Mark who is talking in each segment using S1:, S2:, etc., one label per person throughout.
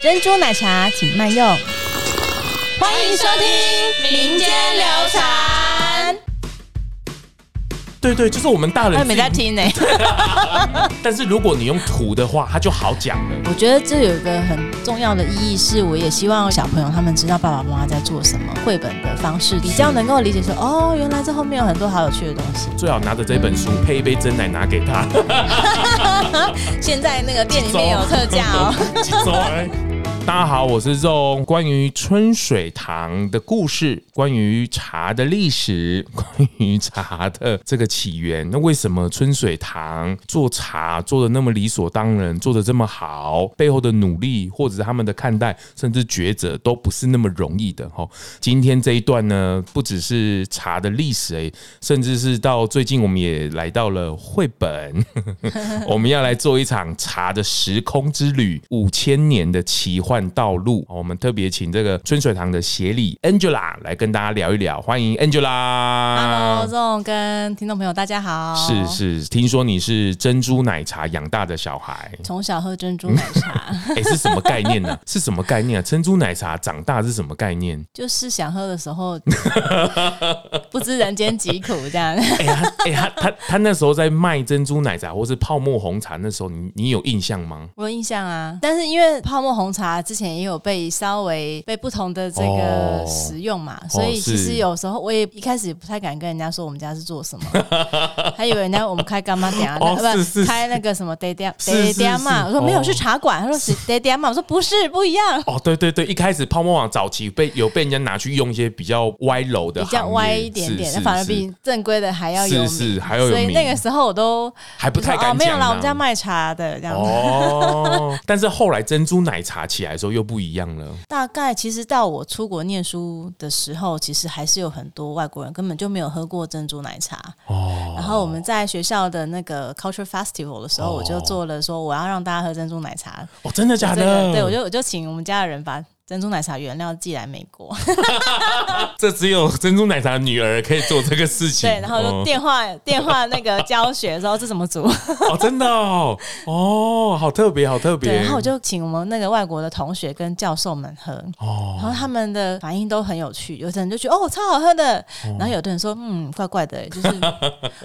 S1: 珍珠奶茶请慢用。欢迎收听
S2: 民间流传。
S3: 对对，就是我们大
S1: 我也
S3: 人
S1: 哎没在。听呢、
S3: 但是如果你用图的话，它就好讲了。
S1: 我觉得这有一个很重要的意义是，我也希望小朋友他们知道爸爸妈妈在做什么，绘本的方式比较能够理解说，哦，原来这后面有很多好有趣的东西。
S3: 最好拿着这本书配一杯真奶拿给 他，
S1: 现在那个店里面有特 价 哦。
S3: 几周哎大家好，我是肉。关于春水堂的故事，关于茶的历史， 关于茶的这个起源，那为什么春水堂做茶做的那么理所当然，做的这么好，背后的努力或者是他们的看待，甚至抉择都不是那么容易的哈。今天这一段呢，不只是茶的历史诶，甚至是到最近我们也来到了绘本。 我们要来做一场茶的时空之旅，五千年的奇幻道路。哦我们特别请这个春水堂的协理 Angela 来跟大家聊一聊，欢迎
S1: Hello，
S3: Angela。
S1: 仲跟听众朋友大家好。
S3: 啊是是，听说你是珍珠奶茶养大的小孩，
S1: 从小喝珍珠奶 茶，
S3: 哎、是什么概念呢、是什么概念啊？珍珠奶茶长大是什么概念？
S1: 就是想喝的时候不知人间疾苦这样。
S3: 哎、呀，哎、他他他那时候在卖珍珠奶茶或是泡沫红茶，那时候你你有印象吗？
S1: 我有印象啊，但是因为泡沫红茶之前也有被稍微被不同的这个
S3: 哦
S1: 使用嘛，所以其
S3: 是
S1: 实有时候我也一开始也不太敢跟人家说我们家是做 什么，还以为人家我们开干妈店啊，
S3: 哦
S1: 那不
S3: 是是
S1: 开那个什么 day day
S3: 是是
S1: day day 嘛，
S3: 是
S1: 我说没有
S3: 哦
S1: 是茶馆，他说 是 day day 嘛，我说不是不一样，
S3: 哦，对对对，一开始泡沫网早期被有被人家拿去用一些比较歪楼的
S1: 比
S3: 行业，
S1: 较歪一点点，
S3: 是
S1: 那
S3: 是
S1: 反而
S3: 是
S1: 比正规的还要有
S3: 是是
S1: 名
S3: 还要有
S1: 所以那
S3: 名
S1: 个时候我都
S3: 还不
S1: 就说
S3: 太敢
S1: 哦
S3: 讲、啊。
S1: 没有啦，我们家卖啊茶的这样子。
S3: 哦，但是后来珍珠奶茶起来的时候又不一样了。
S1: 大概其实到我出国念书的时候，其实还是有很多外国人根本就没有喝过珍珠奶茶。
S3: 哦，
S1: 然后我们在学校的那个 Culture Festival 的时候，
S3: 哦
S1: 我就做了说我要让大家喝珍珠奶茶。
S3: 哦，真的假
S1: 这
S3: 的？
S1: 个对我就我就请我们家的人把珍珠奶茶原料寄来美国，
S3: 这只有珍珠奶茶的女儿可以做这个事 情。
S1: 对，然后就
S3: 哦
S1: 电话、电话那个教学说这怎么煮，
S3: 哦，真的哦，哦，好特别，好特别。
S1: 对，然后我就请我们那个外国的同学跟教授们喝，然
S3: 哦，
S1: 后他们的反应都很有趣，有的人就觉得哦超好喝的，
S3: 哦
S1: 然后有的人说嗯怪怪的，就是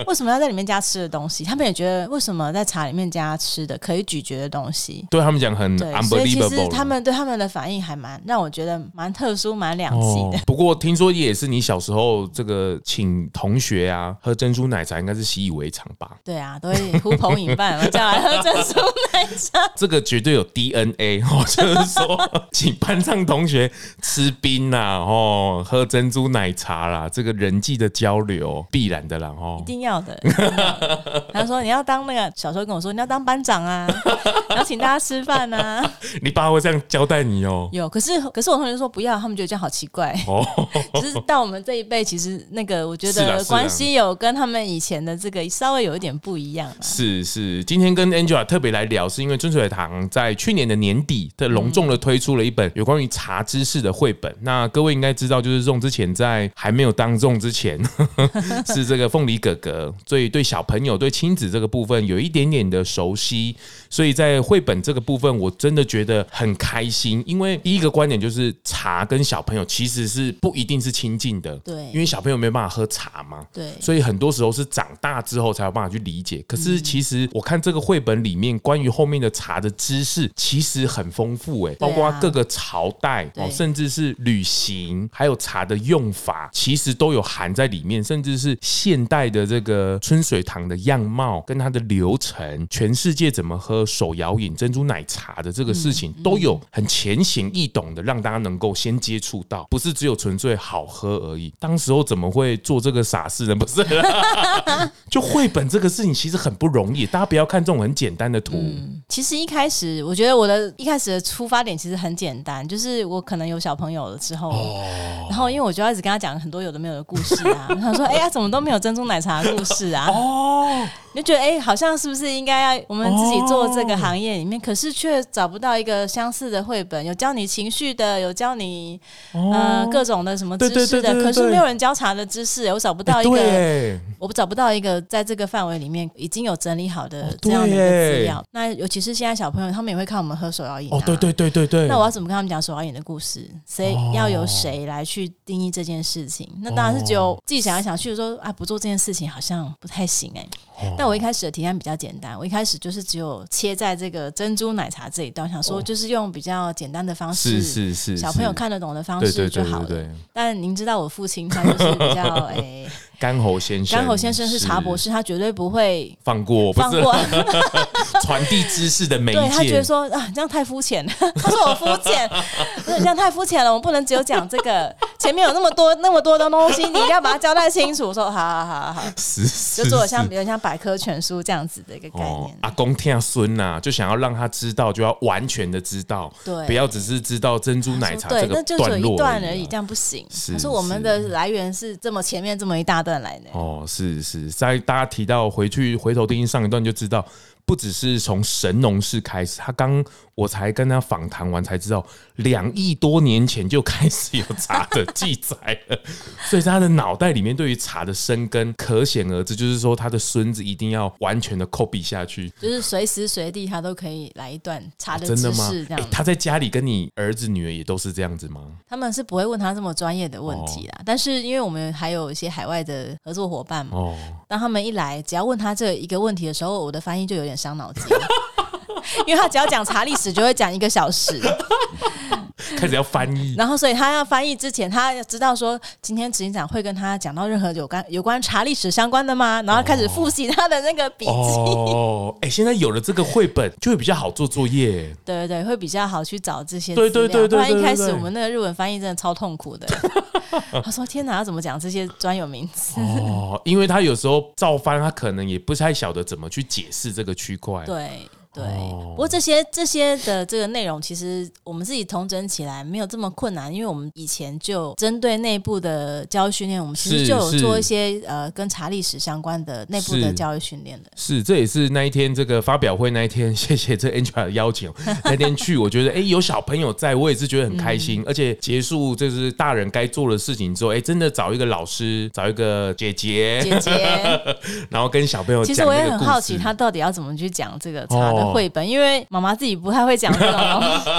S1: 为什么要在里面加吃的东西？他们也觉得为什么在茶里面加吃的可以咀嚼的东西？
S3: 对他们讲很
S1: 对，所以其实
S3: 嗯 unbelievable。
S1: 他们对他们的反应还蛮让我觉得蛮特殊、蛮两极
S3: 哦
S1: 的。，
S3: 不过听说也是你小时候这个请同学啊喝珍珠奶茶，应该是习以为常吧？
S1: 对啊，都会呼朋引伴，我叫来喝珍珠奶茶。
S3: 这个绝对有 DNA 哦，就是说，请班上同学吃冰啦，哦，喝珍珠奶茶啦，这个人际的交流必然的啦，哦
S1: 一。定要的。一定要 的他说：“你要当那个小时候跟我说你要当班长啊， 然后请大家吃饭啊。
S3: 你爸会这样交代你哦”。
S1: 有，可是可是我同学说不要，他们觉得这样好奇 怪。
S3: 哦，
S1: 就是到我们这一辈，其实那个我觉
S3: 是啊
S1: 得
S3: 是啊
S1: 关系有跟他们以前的这个稍微有一点不一样啊。
S3: 是是，今天跟 Angela 特别来聊，是因为春水堂在去年的年底的隆重的推出了一本有关于茶知识的绘本。那各位应该知道，就是仲之前在还没有当仲之前， 是这个凤梨哥哥，所以对小朋友、对亲子这个部分有一点点的熟悉。所以在绘本这个部分，我真的觉得很开心，因为第一个观点就是茶跟小朋友其实是不一定是亲近的，
S1: 对
S3: 因为小朋友没办法喝茶嘛，
S1: 对，
S3: 所以很多时候是长大之后才有办法去理解。
S1: 嗯
S3: 可是其实我看这个绘本里面关于后面的茶的知识其实很丰富诶、
S1: 对啊
S3: 包括各个朝代
S1: 对
S3: 哦，甚至是旅行，还有茶的用法，其实都有含在里面，甚至是现代的这个春水堂的样貌跟它的流程，全世界怎么喝手摇饮、珍珠奶茶的这个事情，
S1: 嗯
S3: 都有很浅显易懂的，让大家能够先接触到，不是只有纯粹好喝而已。当时候怎么会做这个傻事呢？不 是啦，就绘本这个事情其实很不容易，大家不要看这种很简单的图，
S1: 其实一开始我
S3: 哦
S1: 觉得我的一开始的出发点其实很简单，就是我可能有小朋友了之后，然后因为我就要一直跟他讲很多有的没有的故事啊，然后他说：“哎呀，怎么都没有珍珠奶茶的故事啊？”
S3: 哦，
S1: 你就觉得哎、好像是不是应该要我们自己做这
S3: 哦
S1: 个行业里面，可是却找不到一个相似的绘本，有教你情绪的，有教你、
S3: 哦
S1: 呃各种的什么知识的，
S3: 对对对对对
S1: 可是没有人教茶的知识，我找不到
S3: 哎
S1: 一个，
S3: 对耶，
S1: 我找不到一个在这个范围里面已经有整理好的
S3: 哦
S1: 这样的一个
S3: 对耶
S1: 资料。那尤其是现在小朋友，他们也会看我们喝手摇饮、啊，
S3: 哦，对对对对对，
S1: 那我要怎么跟他们讲手摇眼的故事？谁要由谁来去定义这件事情？那当然是只有自己想来想去说啊，不做这件事情好像不太行哎、
S3: 哦
S1: 但我一开始的提案比较简单，我一开始就是只有切在这个珍珠奶茶这一段，想说就是用比较简单的方式，
S3: 哦是是是，
S1: 小朋友
S3: 是
S1: 看得懂的方
S3: 对
S1: 式
S3: 对
S1: 就
S3: 对
S1: 好
S3: 对
S1: 了。
S3: 对，
S1: 但您知道我父亲他就是比 较哎，
S3: 干侯先生，
S1: 干口先生是茶博士，他绝对不会。
S3: 放过，不
S1: 放
S3: 是
S1: 过，
S3: 传递知识的媒
S1: 对他觉
S3: 介
S1: 得，说啊，这样太肤浅了。 他说我肤浅， 我说你这样太肤浅了，我们不能只有讲这个，前面有那么多那么多的东西，你一定要把它交代清楚。我说好好好好好，
S3: 是 是
S1: 就做得
S3: 是
S1: 像有点像百科全书这样子的一个概
S3: 哦
S1: 念，。
S3: 阿公听孙呐、就想要让他知道，就要完全的知道，
S1: 对
S3: 不要只是知道珍珠奶
S1: 说
S3: 茶
S1: 对
S3: 这，
S1: 那
S3: 个
S1: 就只有
S3: 段落
S1: 一段而
S3: 而
S1: 已，
S3: 啊
S1: 这样不行。
S3: 是
S1: 可是我们的来源是这么前面这么一大段来的，
S3: 哦，是是，在大家提到回去回头听上一段就知道，不只是从神农氏开始，他刚我才跟他访谈完才知道，两亿多年前就开始有茶的记载了，所以他的脑袋里面对于茶的生根可显而知，就是说他的孙子一定要完全的 copy 下去。
S1: 就是随时随地他都可以来一段茶的
S3: 哦真的
S1: 知
S3: 吗
S1: 识这？
S3: 诶
S1: 样。
S3: 他在家里跟你儿子女儿也都是这样子吗？
S1: 他们是不会问他这么专业的问题啦，但是因为我们还有一些海外的合作伙伴嘛，
S3: 哦，
S1: 当他们一来，只要问他这一个问题的时候，我的翻译就有点伤脑筋， 因为他只要讲查历史就会讲一个小 时，
S3: 开始要翻 译。
S1: 然后所以他要翻译之前，他要知道说今天执行长会跟他讲到任何有关有关查历史相关的吗？然后开始复习他的那个笔记，
S3: 哦，哎、现在有了这个绘本，就会比较好做作业。
S1: 对对对，会比较好去找这些
S3: 对
S1: 资料
S3: 对对对
S1: 不然
S3: 对
S1: 一
S3: 对
S1: 开始
S3: 对
S1: 我们那个日文翻译真的超痛 苦的。他说：“天哪，要怎么讲这些专有名词？”
S3: 哦，因为他有时候照翻，他可能也不太晓得怎么去解释这个区块。
S1: 对对、
S3: 哦
S1: 不过这些这些的这个内容，其实我们自己统整起来没有这么困难，因为我们以前就针对内部的教育训练，我们其
S3: 是
S1: 实就有
S3: 是
S1: 做一些呃跟茶历史相关的内部的
S3: 是
S1: 教育训 练的。
S3: 是，这也是那一天这个发表会那一天， 谢谢这 Angela 的邀请。那天去，我觉得哎、诶有小朋友在，我也是觉得很开心。
S1: 嗯
S3: 而且结束就是大人该做的事情之后，哎、真的找一个老师，找一个姐姐，
S1: 姐 姐，
S3: 然后跟小朋友
S1: 其实
S3: 讲
S1: 我
S3: 那
S1: 也
S3: 个故事。哦
S1: 很好奇，她到底要怎么去讲这个茶的绘本、因为妈妈自己不太会讲这种 东西。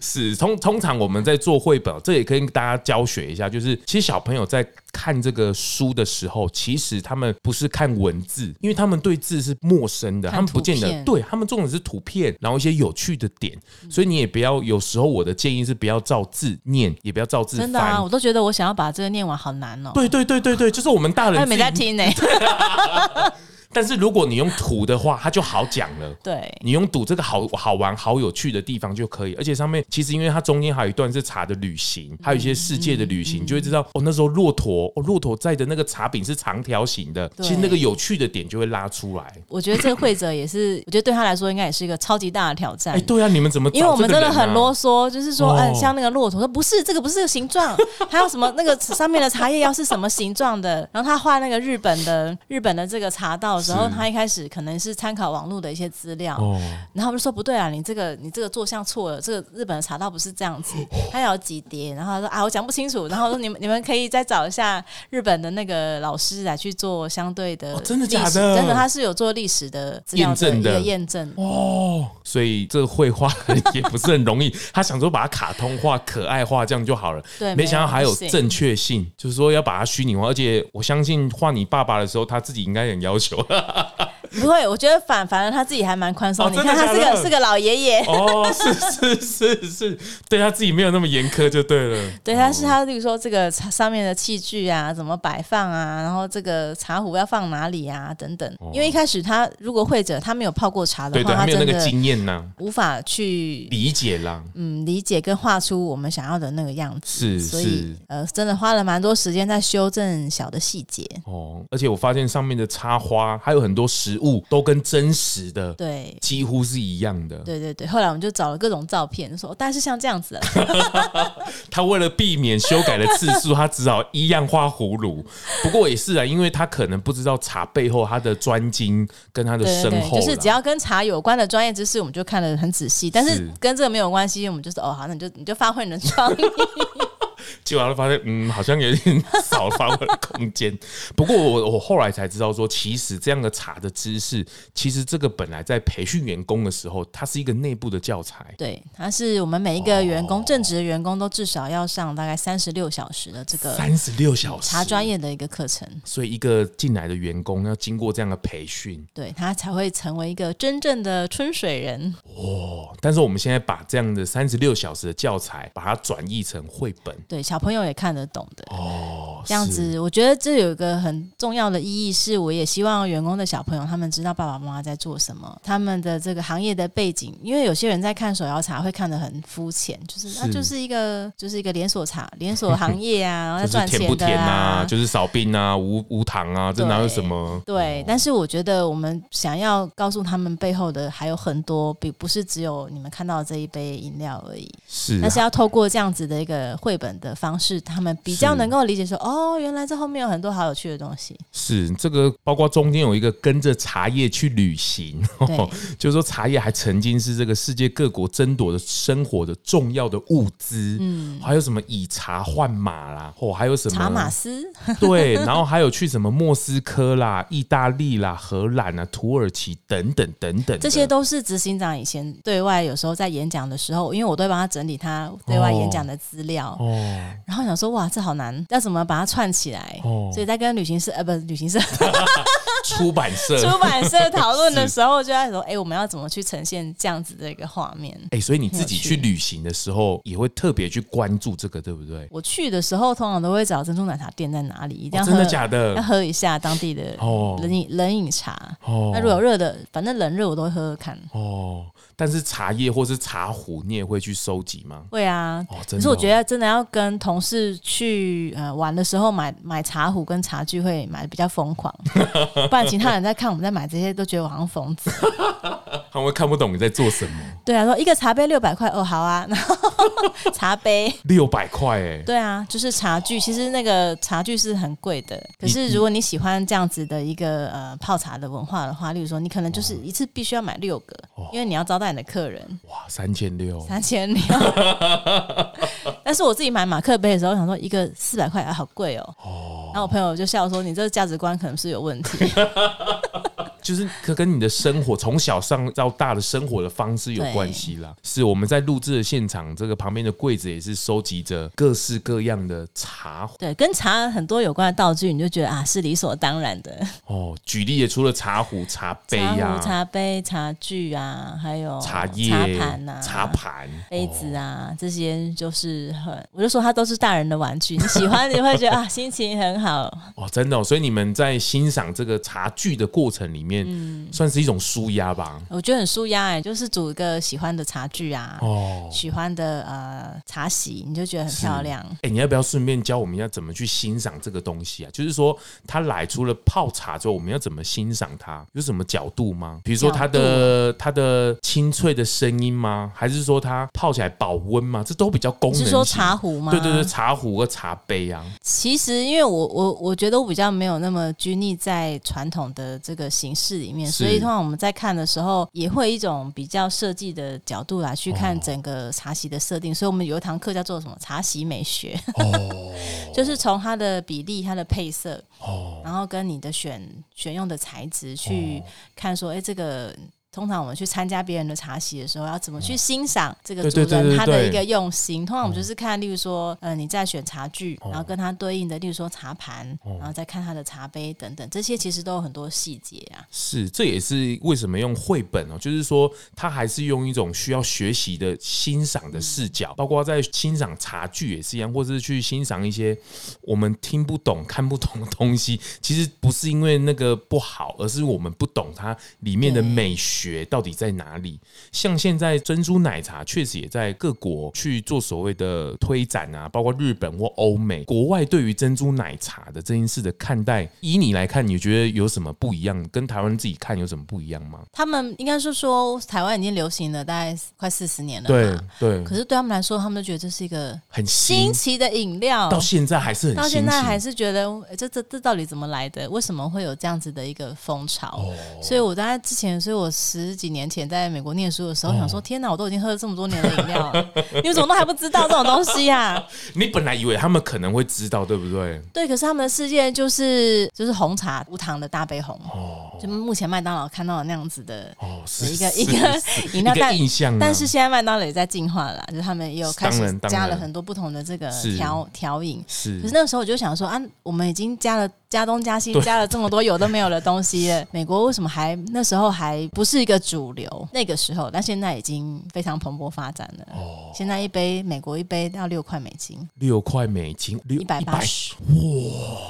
S3: 是通通常我们在做绘本，这也跟大家教学一下，就是其实小朋友在看这个书的时候，其实他们不是看文字，因为他们对字是陌生的，
S1: 看
S3: 他们不见
S1: 图
S3: 得
S1: 片嗯
S3: 对，他们重点是图片，然后一些有趣的点，所以你也不要有时候我的建议是不要照字念，也不要照字
S1: 真的啊，
S3: 翻
S1: 我。都觉得我想要把这个念完好难哦、
S3: 对对对对对，就是我们大人
S1: 他也没在
S3: 自己。
S1: 听呢、
S3: 但是如果你用图的话，它就好讲了。
S1: 对，
S3: 你用赌这个好好玩、好有趣的地方就可以，而且上面其实因为它中间还有一段是茶的旅行，还有一些世界的
S1: 嗯
S3: 旅行，就会知道哦，那时候骆驼，哦，骆驼载的那个茶饼是长条形的，
S1: 对嗯
S3: 其实那个有趣的点就会拉出来。
S1: 我觉得这个会者也是，我觉得对他来说应该也是一个超级大的挑战。
S3: 哎，对啊，你们怎么找
S1: 因
S3: 这
S1: 为我
S3: 个人啊？
S1: 们真的很啰嗦，就是说，
S3: 哦
S1: 嗯，像那个骆驼说，不是这个不是个形状，还有什么那个上面的茶叶要是什么形状的？然后他画那个日本的日本的这个茶道的时候，
S3: 是
S1: 他一开始可能是参考网络的一些资料，
S3: 哦，
S1: 然后我就说不对啊，你这个你这个做相错了，这个日本的茶道不是这样子，它要有几碟。然后他说啊，我讲不清楚。然后我说你们你们可以再找一下日本的那个老师来去做相对的历史、
S3: 哦真的假的
S1: 真的，他是有做历史的资料
S3: 验证
S1: 一
S3: 的
S1: 个验证。
S3: 哦，所以这个绘画也不是很容易。 他想说把它卡通化、可爱化，这样就好了。
S1: 对
S3: 没想到还有
S1: 没有不行
S3: 正确性，就是说要把它虚拟化。而且我相信画你爸爸的时候，他自己应该很要求。
S1: 不会，我觉得反反而他自己还蛮宽松。
S3: 哦
S1: 你
S3: 真的
S1: 看他是
S3: 假
S1: 个
S3: 的
S1: 是个老爷爷，
S3: 哦，是是是是，对他自己没有那么严苛就对了。
S1: 对，但是他例如说这个茶上面的器具啊，怎么摆放啊，然后这个茶壶要放哪里啊，等等。因为一开始他如果会者他没有泡过茶的
S3: 哦对
S1: 话，
S3: 对，他没有那
S1: 真
S3: 个
S1: 的
S3: 经验呐，
S1: 无法去
S3: 理解啦，
S1: 嗯理解跟画出我们想要的那个样子。
S3: 是
S1: 所
S3: 是
S1: 以。呃，真的花了蛮多时间在修正小的细节。
S3: 哦，而且我发现上面的插花还有很多实物都跟真实的
S1: 对。
S3: 几乎是一样的。
S1: 对对对，后来我们就找了各种照片，就说、哦、大概是像这样子的，
S3: 他为了避免修改的次数，他只好一样画葫芦。不过也是啊，因为他可能不知道茶背后它的专精跟它的
S1: 对对
S3: 深
S1: 对，
S3: 厚啦，
S1: 就是只要跟茶有关的专业知识，我们就看得很仔细；但是
S3: 是
S1: 跟这个没有关系，我们就是哦，好，那你就你就发挥你的创 意。
S3: 结果他发现，嗯，好像有点少发挥的空间。 不过我我后来才知道说，其实这样的茶的知识，其实这个本来在培训员工的时候，它是一个内部的教材。
S1: 对，它是我们每一个员工、
S3: 哦
S1: 正职的员工都至少要上大概三十六小时的这个
S3: 三十六小时
S1: 茶专，业的一个课程，
S3: 所以一个进来的员工要经过这样的培训
S1: 对他才会成为一个真正的春水人。
S3: 哦。但是我们现在把这样的三十六小时的教材，把它转译成绘本
S1: 对，小朋友也看得懂的。
S3: 哦，
S1: 这样
S3: 是
S1: 子，我觉得这有一个很重要的意义，是我也希望员工的小朋友他们知道爸爸妈妈在做什么，他们的这个行业的背景。因为有些人在看手摇茶会看得很肤浅，就是啊，
S3: 是
S1: 就是一个就是一个连锁茶连锁行业啊，然后在
S3: 就是
S1: 赚
S3: 甜不
S1: 钱的
S3: 甜
S1: 啊
S3: 啊，，就是少冰啊，无无糖啊，这哪有
S1: 对
S3: 什么？
S1: 对，但是我觉得我们想要告诉他们背后的还有很多，比不是只有你们看到的这一杯饮料而已。
S3: 是啊
S1: 但是要透过这样子的一个绘本的方式，他们比较
S3: 是
S1: 能够理解说，哦，原来这后面有很多好有趣的东西。
S3: 是这个，包括中间有一个跟着茶叶去旅行，哦
S1: 对
S3: 就是说茶叶还曾经是这个世界各国争夺的生活的重要的物资，嗯，还有什么以茶换马啦，哦，还有什么
S1: 查马斯，
S3: 对，然后还有去什么莫斯科啦、意大利啦、荷兰啊、土耳其等等等等的，
S1: 这些都是执行长以前对外有时候在演讲的时候，因为我都会帮他整理他对外演讲的资料，
S3: 哦，
S1: 然后想说哇，这好难，要怎么把它串起来？
S3: 哦
S1: 所以在跟旅行社呃不旅行社
S3: 出版社。
S1: 出版社讨论的时候，我就在说，哎、我们要怎么去呈现这样子的一个画面？
S3: 哎、所以你自己
S1: 很有趣
S3: 去旅行的时候，也会特别去关注这个，对不对？
S1: 我去的时候，通常都会找珍珠奶茶店在哪里，一定
S3: 哦
S1: 要喝、
S3: 真的假的
S1: 要喝一下当地的
S3: 哦
S1: 冷饮、冷饮茶。
S3: 哦
S1: 那如果有热的，反正冷热我都会喝喝看。
S3: 哦，但是茶叶或是茶壶，你也会去收集吗？
S1: 会啊，
S3: 哦，真的、
S1: 可是我觉，得真的要跟同事去呃玩的时候买买茶壶跟茶具会买的比较疯 狂，不然其他人在看我们在买这些都觉得我好像疯 子。
S3: 他们会看不懂你在做什么。
S1: 对啊，说一个茶杯六百块，哦好啊，然后 茶杯，
S3: 六百块哎，
S1: 对啊，就是茶具，其实那个茶具是很贵的。可
S3: 你
S1: 是如果你喜欢这样子的一个呃泡茶的文化的话，例如说你可能
S3: 哦
S1: 就是一次必须要买六个，因为你要招待你的客人。
S3: 哇，三千六，
S1: 三千六， 但是我自己买马克杯的时候，想说一个四百块啊，好贵哦。然后我朋友就笑说：“你这个价值观可能是有问题。
S3: 就是可跟你的生活从小上到大的生活的方式有关系啦。是我们在录制的现场，这个旁边的柜子也是收集着各式各样的茶”
S1: 对，跟茶很多有关的道具，你就觉得啊是理所当然的，
S3: 哦。举例也除了茶壶、茶杯
S1: 茶
S3: 呀、
S1: 壶、茶杯、茶具啊，还有
S3: 茶叶、
S1: 茶盘啊、
S3: 茶哦盘、
S1: 杯子啊，这些就是很，我就说它都是大人的玩具，你喜 欢你会觉得啊，心情很好。
S3: 哦，真的、哦。所以你们在欣赏这个茶具的过程里面，
S1: 嗯
S3: 算是一种舒压吧。
S1: 我觉得很舒压哎，就是煮一个喜欢的茶具啊，
S3: 哦，
S1: 喜欢的呃茶席，你就觉得很漂亮。
S3: 哎、你要不要顺便教我们要怎么去欣赏这个东西啊？就是说，它来除了泡茶之后，我们要怎么欣赏它？有什么角度吗？比如说它的它的清脆的声音吗？还是说它泡起来保温吗？这都比较功
S1: 你
S3: 能。
S1: 是说茶？壶吗？
S3: 对对对，。茶壶和茶杯啊。
S1: 其实因为我我我觉得我比较没有那么拘泥在传统的这个形式里面，
S3: 是
S1: 所以通常我们在看的时候，也会一种比较设计的角度来去
S3: 哦
S1: 看整个茶席的设定。所以我们有一堂课叫做什么茶席美学， 就是从它的比例、它的配色，
S3: 哦，
S1: 然后跟你的选选用的材质去看说，哎、这个通常我们去参加别人的茶席的时候，要怎么去欣赏这个
S3: 哦对
S1: 主
S3: 对对对
S1: 人他的
S3: 对哦
S1: 一个用心？通常我们就是看，例如说，呃，你在选茶具，然后跟它对应的，例如说茶盘，
S3: 哦
S1: 然后再看它的茶杯等等，这些其实都有很多细节啊。
S3: 是，这也是为什么用绘本哦，就是说它还是用一种需要学习的欣赏的视角，包括在欣赏茶具也是一样，或者是去欣赏一些我们听不懂、看不懂的东西。其实不是因为那个不好，而是我们不懂它里面的
S1: 对
S3: 美学到底在哪里？像现在珍珠奶茶确实也在各国去做所谓的推展啊，包括日本或欧美，国外对于珍珠奶茶的这件事的看待，以你来看，你觉得有什么不一样？跟台湾自己看有什么不一样吗？
S1: 他们应该是说台湾已经流行了大概快四十年了
S3: 对
S1: 嘛，
S3: 对，
S1: 可是对他们来说，他们都觉得这是一个
S3: 很
S1: 新
S3: 新，
S1: 奇的饮料，
S3: 到现在还是很
S1: 到
S3: 新
S1: 现在
S3: 奇
S1: 还是觉得诶这这这到底怎么来的？为什么会有这样子的一个风潮？
S3: 哦
S1: 所以我大概之前，所以我十几年前在美国念书的
S3: 哦
S1: 时候，想说天哪，我都已经喝了这么多年的饮料 了，你们怎么都还不知道这种东西啊？
S3: 你本来以为他们可能会知道，对不对？
S1: 对，可是他们的世界就是就是红茶无糖的大杯红，就目前麦当劳看到的那样子的
S3: 哦，是
S1: 一个
S3: 是
S1: 一个
S3: 是
S1: 饮料
S3: 一个
S1: 但
S3: 印象啊、
S1: 但是现在麦当劳也在进化了啦，就是他们也有开
S3: 当
S1: 始
S3: 然当
S1: 加了
S3: 然
S1: 很多不同的这个
S3: 是
S1: 调调饮。可是
S3: 是
S1: 那个时候我就想说啊，我们已经加了加东加西，加了这么多有的没有的东西 了，美国为什么还那时候还不是一个主流？那个时候，但现在已经非常蓬勃发展了。
S3: 哦
S1: 现在一杯美国一杯要六块美金，
S3: 六块美金，六
S1: 一百八十，哇！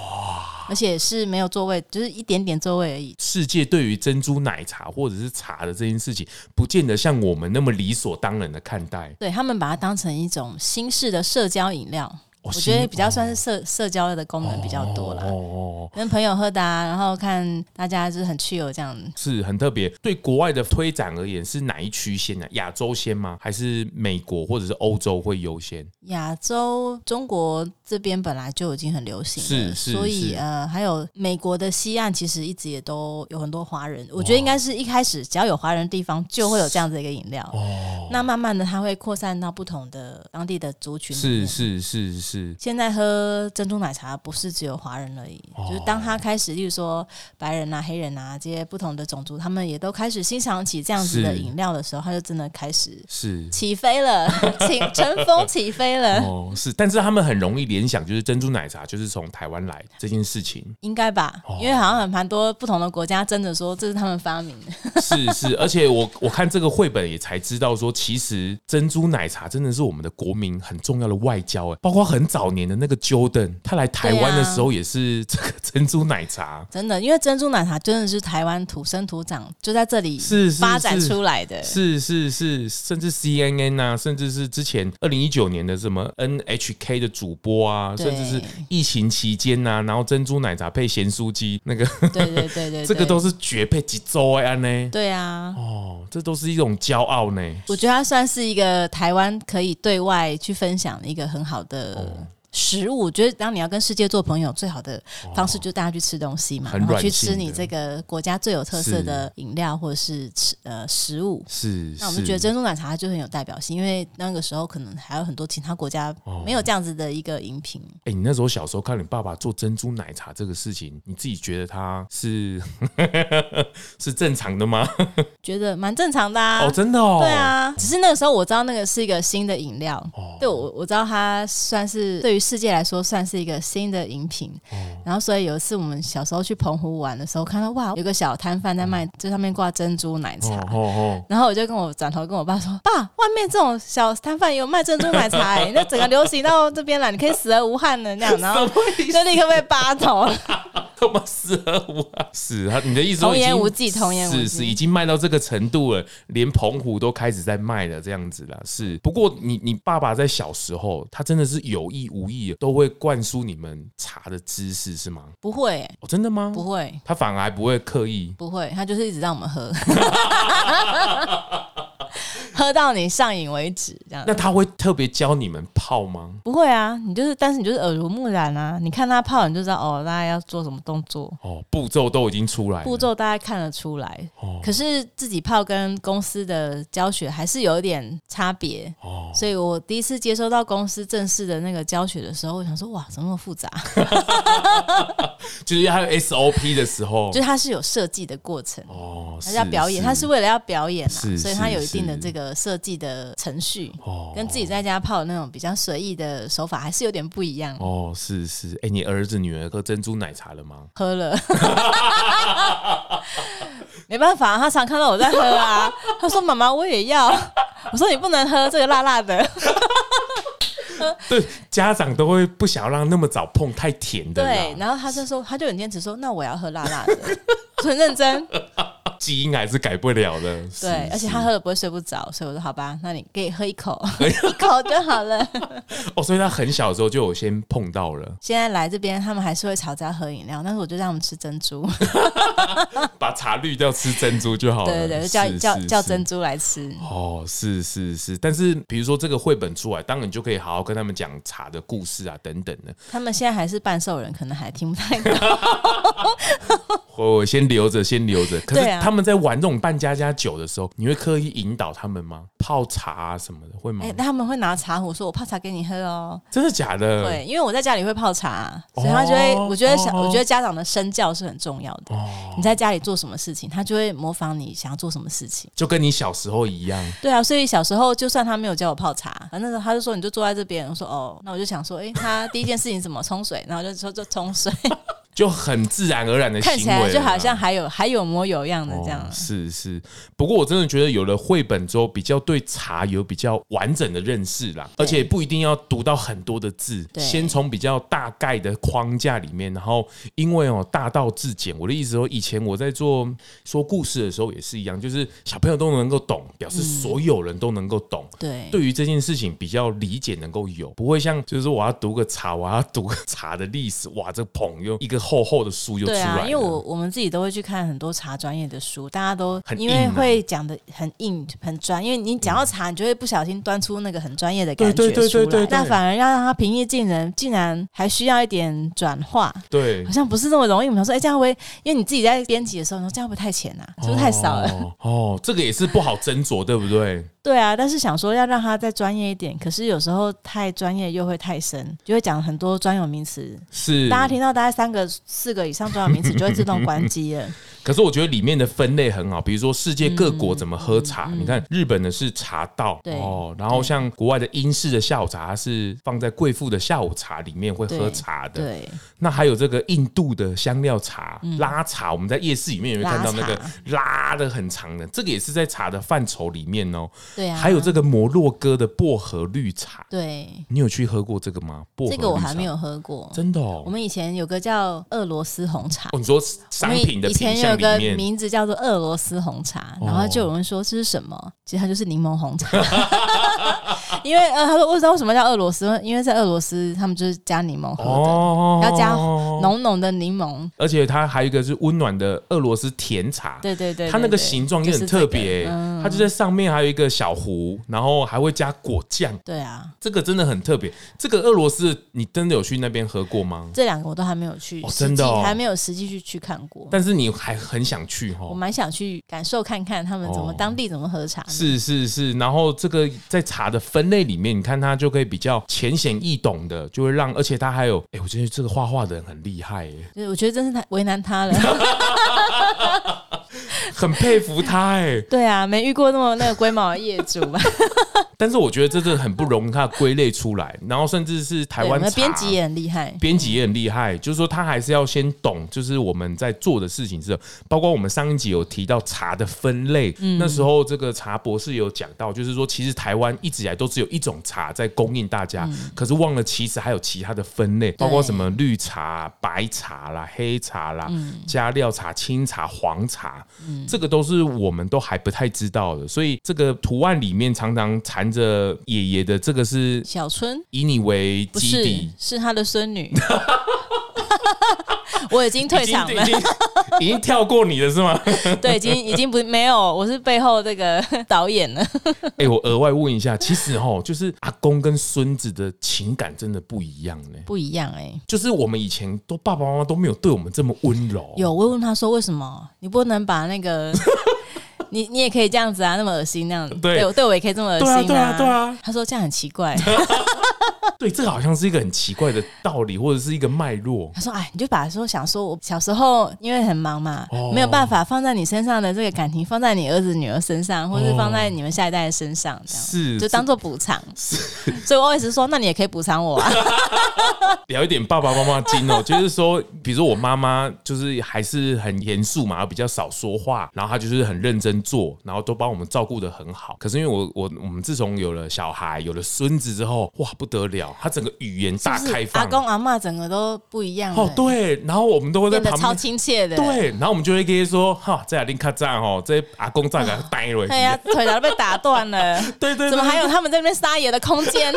S1: 而且是没有座位，就是一点点座位而已。
S3: 世界对于珍珠奶茶或者是茶的这件事情，不见得像我们那么理所当然的看待。
S1: 对他们把它当成一种新式的社交饮料，我觉得
S3: 哦新
S1: 比较算是社社交的功能比较多啦。
S3: 哦哦，哦
S1: 跟朋友喝的、啊，然后看大家就是很 chill 这样。
S3: 是很特别。对国外的推展而言，是哪一区先呢、亚洲先吗？还是美国或者是欧洲会优先？
S1: 亚洲中国这边本来就已经很流行了，
S3: 是是
S1: 所以
S3: 是
S1: 呃，还有美国的西岸其实一直也都有很多华人。我觉得应该是一开始只要有华人的地方就会有这样子的一个饮料，
S3: 哦
S1: 那慢慢的它会扩散到不同的当地的族群里
S3: 是
S1: 面
S3: 是是是，
S1: 现在喝珍珠奶茶不是只有华人而已，
S3: 哦
S1: 就是当他开始，例如说白人啊、黑人啊这些不同的种族，他们也都开始欣赏起这样子的
S3: 是
S1: 饮料的时候，他就真的开始
S3: 是
S1: 起飞 了，起乘风起飞了，
S3: 哦，是，但是他们很容易联想，就是珍珠奶茶就是从台湾来这件事情。
S1: 应该吧？
S3: 哦
S1: 因为好像很蛮多不同的国家争着说这是他们发明的，
S3: 是是，而且我我看这个绘本也才知道说，其实珍珠奶茶真的是我们的国民很重要的外交哎，包括很早年的那个 Jordan，他来台湾的时
S1: 啊
S3: 候也是这个 珍珠奶茶。
S1: 真的，因为珍珠奶茶真的是台湾土生土长，就在这里
S3: 是是
S1: 发展
S3: 是
S1: 出来的。
S3: 是是是，甚至 CNN 啊，甚至是之前二零一九年的什么 NHK 的主播啊，
S1: 对
S3: 甚至是疫情期间呐、啊，然后珍珠奶茶配咸酥鸡，那个
S1: 对对对对，
S3: 这个
S1: 对
S3: 都是绝配几周安呢。
S1: 对啊。
S3: 哦，这都是一种骄傲呢。
S1: 我觉得它算是一个台湾可以对外去分享的一个很好的
S3: 哦
S1: 食物。我觉得当你要跟世界做朋友，最好的方式就是大家去吃东西嘛，
S3: 哦很
S1: 然后
S3: 软
S1: 去
S3: 性
S1: 吃你
S3: 的
S1: 这个国家最有特色的饮料或者是吃呃食物。
S3: 是，
S1: 那我们
S3: 是
S1: 觉得珍珠奶茶它就很有代表性，因为那个时候可能还有很多其他国家
S3: 哦
S1: 没有这样子的一个饮品。
S3: 哎、你那时候小时候看你爸爸做珍珠奶茶这个事情，你自己觉得他是 是正常的吗？
S1: 觉得蛮正常的啊。
S3: 哦，真的哦，
S1: 对，啊，只是那个时候我知道那个是一个新的饮料，
S3: 哦
S1: 对我我知道它算是对于世界来说算是一个新的饮品。
S3: 哦
S1: 然后所以有一次我们小时候去澎湖玩的时候，看到哇，有个小摊贩在卖，这上面挂珍珠奶茶。
S3: 嗯哦哦
S1: 然后我就跟我转头跟我爸说：“爸，外面这种小摊贩也有卖珍珠奶茶、欸，那整个流行到这边了，你可以死而无憾的那 样。”然后 就立刻被扒头了。
S3: 哦，他妈死了我啊！是他，你的意思
S1: 童
S3: 说已
S1: 言
S3: 经
S1: 无忌童言无
S3: 是
S1: 忌
S3: 是已经卖到这个程度了，连澎湖都开始在卖了这样子了。是，不过你你爸爸在小时候，他真的是有意无意都会灌输你们茶的知识是吗？
S1: 不会、欸
S3: 哦，真的吗？
S1: 不会，
S3: 他反而还不会刻意。
S1: 不会，他就是一直让我们 喝，喝到你上瘾为止，这样
S3: 那。他会特别教你们泡吗？
S1: 不会啊，你就是，但是你就是耳濡目染啊。你看他泡，你就知道哦，大家要做什么动作，
S3: 哦，步骤都已经出来了，
S1: 步骤大家看得出来。
S3: 哦
S1: 可是自己泡跟公司的教学还是有一点差别，
S3: 哦
S1: 所以我第一次接收到公司正式的那个教学的时候，我想说哇，怎么那么复杂？
S3: 就是还有 SOP 的时候，
S1: 就是它是有设计的过程。
S3: 哦，
S1: 它是要表演，它是为了要表演啊，
S3: 是
S1: 所以它
S3: 是
S1: 有一定的
S3: 是
S1: 这个设计的程序。
S3: 哦
S1: 跟自己在家泡的那种比较随意的手法还是有点不一样。
S3: 哦，是是，哎、你儿子女儿喝珍珠奶茶了吗？
S1: 喝了， 没办法，他常看到我在喝啊，他说：“妈妈，我也要。”我说：“你不能喝这个辣辣的。
S3: 啊对，家长都会不想要让那么早碰太甜”的啦，
S1: 对，然后他就说，他就很坚持说：“那我要喝辣辣的。”很认真，
S3: 基因还是改不了的。 是
S1: 对，而且 他喝了不会睡不着，所以我说好吧，那你给喝一口， 一口就好了。
S3: 哎 哦，所以他很小的时候就有先碰到了，
S1: 现在来这边，他们还是会吵着要喝饮料，但是我就让他们吃珍珠，
S3: 把茶滤掉，吃珍珠就好了。
S1: 对对对，就叫
S3: 是
S1: 叫
S3: 是
S1: 叫
S3: 是
S1: 珍珠来吃。
S3: 哦，是是是，但是比如说这个绘本出来，当然你就可以好好跟他们讲茶的故事啊，等等的。
S1: 他们现在还是半兽人，可能还听不太
S3: 哦
S1: 懂。
S3: 我我先留着，先 留着。可是
S1: 对啊
S3: 他们在玩这种扮家家酒的时候，你会刻意引导他们吗？泡茶啊什么的，会吗
S1: 哎、？他们会拿茶壶说：“我泡茶给你喝哦。”
S3: 真的假的？
S1: 对，因为我在家里会泡茶，啊所以
S3: 哦
S1: 他就会，我觉得想，
S3: 哦
S1: 我觉得家长的身教是很重要的。你在家里做什么事情，他就会模仿你想要做什么事情。
S3: 就跟你小时候一样，
S1: 对啊，所以小时候就算他没有教我泡茶，反正那时候他就说你就坐在这边，我说哦，那我就想说，哎、他第一件事情怎么冲水，然后就说就冲水，
S3: 就很自然而然的行
S1: 看起来
S3: 为
S1: 就
S3: 了
S1: 好
S3: 啦
S1: 像还有还有模有样的这样。啊
S3: 哦是是，不过我真的觉得有了绘本之后，比较对茶有比较完整的认识啦，而且不一定要读到很多的字，
S1: 对
S3: 先从比较大概的框架里面，然后因为哦大道至简，我的意思说，以前我在做说故事的时候也是一样，就是小朋友都能够懂，表示所有人都能够懂。
S1: 嗯对
S3: 对于这件事情比较理解，能够有，不会像就是说我要读个茶，我要读个茶的历史，哇，这捧又一个厚厚的书就出
S1: 对
S3: 来
S1: 啊，因
S3: 了。
S1: 为我我们自己都会去看很多茶专业的书，大家都
S3: 很
S1: 因
S3: 硬
S1: 为
S3: 啊
S1: 会讲的很硬很专，因为你讲到茶，你就会不小心端出那个很专业的感
S3: 对
S1: 觉
S3: 对对
S1: 出来，
S3: 对对对
S1: 但反而要让它平易近人，竟然还需要一点转化。
S3: 对
S1: 好，像不是那么容易。我们想说，哎、这样会不会，因为你自己在编辑的时候，你说这样会不会太浅啊？是不是太少了？
S3: 哦？哦，这个也是不好斟酌，对不对？
S1: 对啊，但是想说要让它再专业一点，可是有时候太专业又会太深，就会讲很多专有名词。
S3: 是，
S1: 大家听到大概三个、四个以上专有名词，就会自动关机 了。
S3: 可是我觉得里面的分类很好，比如说世界各国怎么喝茶，
S1: 嗯
S3: 你看日本的是茶道，哦
S1: 对，
S3: 然后像国外的英式的下午茶它是放在贵妇的下午茶里面会喝
S1: 对
S3: 茶的，
S1: 对，嗯
S3: 那还有这个印度的香料茶、拉茶，我们在夜市里面也会看到那个
S1: 拉
S3: 拉的很长的，这个也是在茶的范畴里面哦。
S1: 对啊，
S3: 还有这个摩洛哥的薄荷绿茶，
S1: 对，
S3: 你有去喝过这个吗？薄荷
S1: 这个我
S3: 绿
S1: 还
S3: 茶
S1: 没，有喝过。
S3: 真的哦
S1: 我。们以前有个叫俄罗斯红茶。
S3: 哦，你说
S1: 我
S3: 商
S1: 们
S3: 品的
S1: 以
S3: 品
S1: 前有
S3: 相
S1: 个
S3: 里面，哦
S1: 名字叫做俄罗斯红茶，然后就有人说这是什么？其实它就是柠檬红茶， 因为呃，他说我知道为什么叫俄罗斯，因为在俄罗斯他们就是加柠檬喝的，
S3: 哦
S1: 要加浓浓的柠檬。
S3: 而且它还有一个是温暖的俄罗斯甜茶，
S1: 对对对对
S3: 它那个形状也很特别、
S1: 就是这个嗯
S3: 它就在上面还有一个小壶，然后还会加果酱，
S1: 对啊，
S3: 这个真的很特别。这个俄罗斯你真的有去那边喝过吗？
S1: 这两个我都还没有去
S3: 哦，
S1: 实
S3: 真
S1: 际
S3: 的哦
S1: 还没有实际去去看过。
S3: 但是你还很想去哈
S1: 我。蛮想去感受看看他们怎么
S3: 哦
S1: 当地怎么喝茶的。
S3: 是是是，然后这个在茶的分类里面，你看它就可以比较浅显易懂的，就会让，而且它还有，哎、我觉得这个画画的人很厉害、耶，
S1: 对，我觉得真是太为难他了。
S3: 很佩服他、哎，
S1: 对啊，没遇过那么那个龟毛的业主吧？
S3: 但是我觉得这真的很不容易，它归类出来，然后甚至是台
S1: 对我
S3: 湾
S1: 们的
S3: 茶
S1: 编辑也很厉害。
S3: 编辑也很厉害，就是说他还是要先懂，就是我们在做的事情是，包括我们上一集有提到茶的分类，
S1: 嗯
S3: 那时候这个茶博士有讲到，就是说其实台湾一直以来都只有一种茶在供应大家，
S1: 嗯
S3: 可是忘了其实还有其他的分类，包括什么绿茶、白茶啦、黑茶啦、
S1: 嗯
S3: 加料茶、青茶、黄茶，这个都是我们都还不太知道的，所以这个图案里面常常缠着爷爷的这个是。
S1: 小春
S3: 以你为
S1: 不
S3: 基
S1: 是
S3: 底，
S1: 是他的孙女， 我已经退场
S3: 已
S1: 了。
S3: 经已经已经跳过你了 是吗？
S1: 对，已经已经不没有，我是背后这个 导演了。
S3: 哎、我额外问一下，其实哦，就是阿公跟孙子的情感真的不一样呢。
S1: 不一样哎、
S3: 就是我们以前都爸爸妈妈都没有对我们这么温柔，
S1: 有我问他说为什么你不能把那 个你你也可以这样子啊，那么恶心那样子，
S3: 对
S1: 对我对我也可以这么恶
S3: 对啊
S1: 心
S3: 对啊对啊
S1: 他说这样很奇怪，
S3: 对这个好像是一个很奇怪的道理，或者是一个脉络。
S1: 他说哎，你就把说想说我小时候因为很忙嘛，
S3: 哦
S1: 没有办法放在你身上的这个感情放在你儿子女儿身上，或是
S3: 哦
S1: 放在你们下一代的身上，这样
S3: 是
S1: 就当做补偿。所以我一直说，那你也可以补偿我啊。
S3: 聊一点爸爸妈妈经哦， 就是说，比如说我妈妈就是还是很严肃嘛，比较少说话，然后她就是很认真做，然后都帮我们照顾的很好。可是因为我我我们自从有了小孩，有了孙子之后，哇不得了，他整个语言大
S1: 是不
S3: 开
S1: 是
S3: 放。
S1: 阿公阿嬷整个都不一样了
S3: 哦，对，然后我们都会在
S1: 变得
S3: 旁
S1: 超
S3: 边
S1: 亲切的，
S3: 对，然后我们就会跟他说：“哈，这阿丁卡赞哦，这阿公赞给他呆了。”
S1: 对哎呀、腿早都被打断了，
S3: 对对，
S1: 怎么
S3: 对
S1: 还有？他们在那边撒野的空间？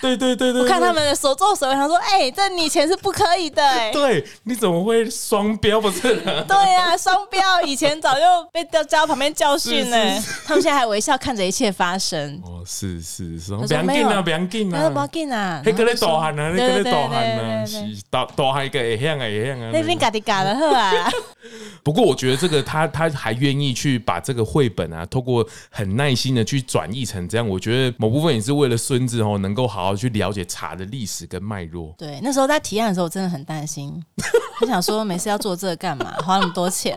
S3: 对对对对，
S1: 我看
S3: 对
S1: 他。们哎的手做手，想说，哎、在你以前是不可以的、哎，
S3: 对，你怎么会双标？不 是啊、
S1: 对呀、双标，以前早就被叫叫到旁边教训了、
S3: 是
S1: 他们现在还微笑看着一切发生。
S3: 哦，是是是，
S1: 说
S3: 不要紧
S1: 没
S3: 啊，
S1: 有
S3: 不要紧
S1: 那不要
S3: 啊。
S1: 紧啊，
S3: 那个咧
S1: 然后就
S3: 大
S1: 说
S3: 汉啊，那
S1: 对
S3: 个咧
S1: 对对
S3: 大汉啊，
S1: 对对对
S3: 是大大汉一个会向啊，会向啊。
S1: 那边嘎滴嘎的呵 啊，
S3: 不过我觉得这个他他还愿意去把这个绘本啊，透过很耐心的去转译成这样，我觉得某部分也是为了孙子哦，能够好好去了解茶的历史跟脉 络。
S1: 对，那时候在提案的时候，我真的很担 心，我想说没事要做这个干嘛，花那么多钱。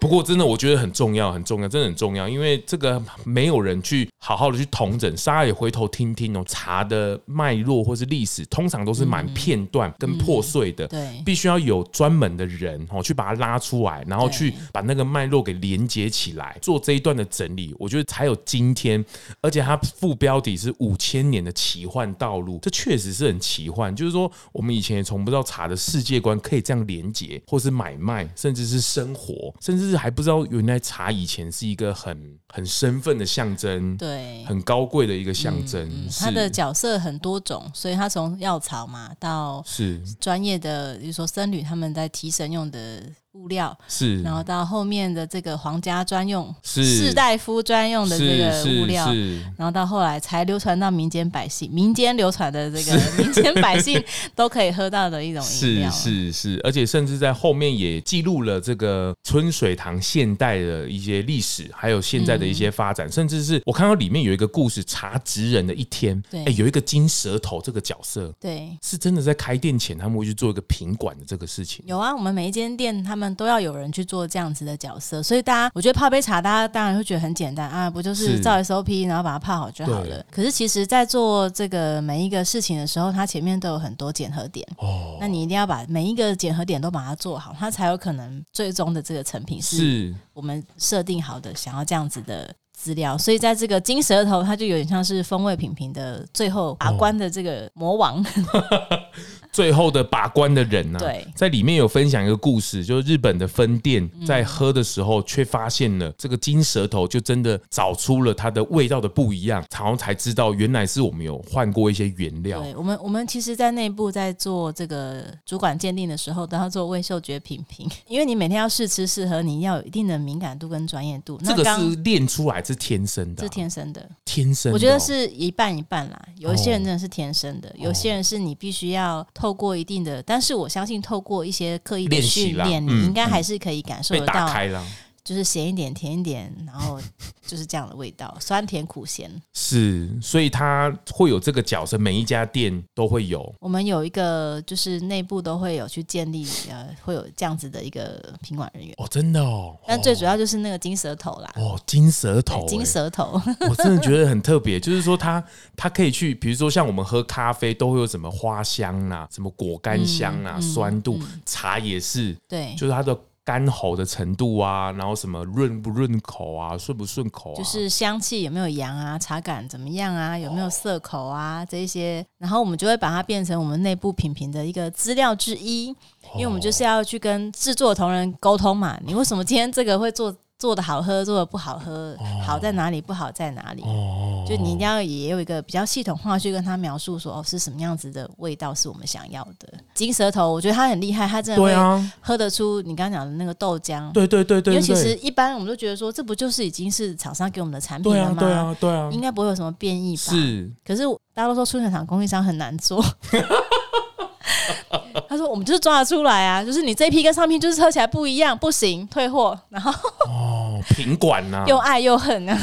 S3: 不过真的我觉得很重要，很重要，真的很重要，因为这个没有人去好好的去统整。大家也回头听听哦，茶的脉络或是历史，通常都是蛮片段跟破碎的。
S1: 嗯对
S3: 必须要有专门的人哦，去把它拉出来，然后
S1: 对
S3: 去把那个脉络给连接起来，做这一段的整理，我觉得才有今天。而且它副标题是“五千年的奇幻道路”，这确实是很奇幻。就是说，我们以前也从不知道茶的世界观可以这样连接，或是买卖，甚至是生活，甚至是还不知道原来茶以前是一个很很身份的象征，
S1: 对，嗯
S3: 很高贵的一个象征。是
S1: 他的角色很多种，所以他从药草嘛到
S3: 是
S1: 专业的，比如说僧侣他们在提神用的物料，
S3: 是，
S1: 然后到后面的这个皇家专用、
S3: 是
S1: 士大夫专用的这个物料。
S3: 是是
S1: 然后到后来才流传到民间百姓，民间流传的这个民间百姓都可以喝到的一种哦饮
S3: 是
S1: 料。啊
S3: 是是，而且甚至在后面也记录了这个春水堂现代的一些历史，还有现在的一些发
S1: 嗯
S3: 展，甚至是我看到里面有一个故事《茶职人的一天》，哎
S1: 对
S3: 诶有一个金舌头这个角色。
S1: 对，
S3: 是真的在开店前，他们会去做一个品管的这个事情。
S1: 有啊，我们每一间店他们都要有人去做这样子的角色，所以大家我觉得泡杯茶，大家当然会觉得很简单啊，不就是
S3: 是
S1: 照 SOP，然后把它泡好就好
S3: 对
S1: 了。可是其实，在做这个每一个事情的时候，它前面都有很多检核点
S3: 哦，
S1: 那你一定要把每一个检核点都把它做好，它才有可能最终的这个成品是
S3: 是
S1: 我们设定好的想要这样子的。资料，所以在这个金舌头，它就有点像是风味品评的最后把关的这个魔王，
S3: 嗯最后的把关的人呐、
S1: 对嗯
S3: 在里面有分享一个故事，就是日本的分店在喝的时候，却发现了这个金舌头，就真的找出了它的味道的不一样，然后才知道原来是我们有换过一些原料。
S1: 对我们，我们其实，在内部在做这个主管鉴定的时候，都要做味嗅觉品评，因为你每天要试吃试喝，你要有一定的敏感度跟专业度。
S3: 这个
S1: 那刚
S3: 是练出来，是天生的啊、
S1: 是天生的，
S3: 天生的哦、
S1: 我觉得是一半一半啦。有一些人真的是天生的，有
S3: 哦
S1: 些人是你必须要透过一定的，但是我相信透过一些刻意的
S3: 练习
S1: 训
S3: 啦
S1: 练，你
S3: 嗯
S1: 应该还是可以感受
S3: 被
S1: 得
S3: 打
S1: 到，
S3: 开了，
S1: 就是咸一点、甜一点，然后就是这样的味道，酸甜苦咸。
S3: 是，所以它会有这个角色，每一家店都会有。
S1: 我们有一个就是内部都会有去建立呃，会有这样子的一个品管人员。
S3: 哦，真的哦，
S1: 但最
S3: 哦
S1: 主要就是那个金舌头啦，
S3: 哦，金舌头、
S1: 金
S3: 欸
S1: 舌头
S3: 我真的觉得很特别，就是说它它可以去，比如说像我们喝咖啡都会有什么花香啊，什么果干香啊，
S1: 嗯
S3: 酸度，茶也是，
S1: 对，
S3: 就是它的干喉的程度啊，然后什么润不润口啊，顺不顺口啊，
S1: 就是香气有没有扬啊，茶感怎么样
S3: 哦
S1: 啊，有没有涩口啊这一些，然后我们就会把它变成我们内部品评的一个资料之一，
S3: 哦
S1: 因为我们就是要去跟制作同仁沟通嘛，你为什么今天这个会做做的好喝，做的不好喝，好在哪里，不好在哪里。
S3: 哦，
S1: 就你一定要也有一个比较系统化去跟他描述说哦是什么样子的味道是我们想要的。金舌头，我觉得他很厉害，他真的
S3: 对
S1: 会
S3: 啊，
S1: 喝得出你刚刚讲的那个豆浆。
S3: 对对对
S1: 因
S3: 对
S1: 为其
S3: 对
S1: 实
S3: 对，
S1: 一般我们都觉得说，这不就是已经是厂商给我们的产品
S3: 对
S1: 了
S3: 啊
S1: 吗？
S3: 对啊对啊，
S1: 应该不会有什么变异吧？。
S3: 是
S1: 可是大家都说春水堂供应商很难做。 他说：“我们就是抓得出来啊，就是你这一批跟上批就是喝起来不一样，不行，退货，然后
S3: 哦，品管呐、
S1: 又爱又恨啊，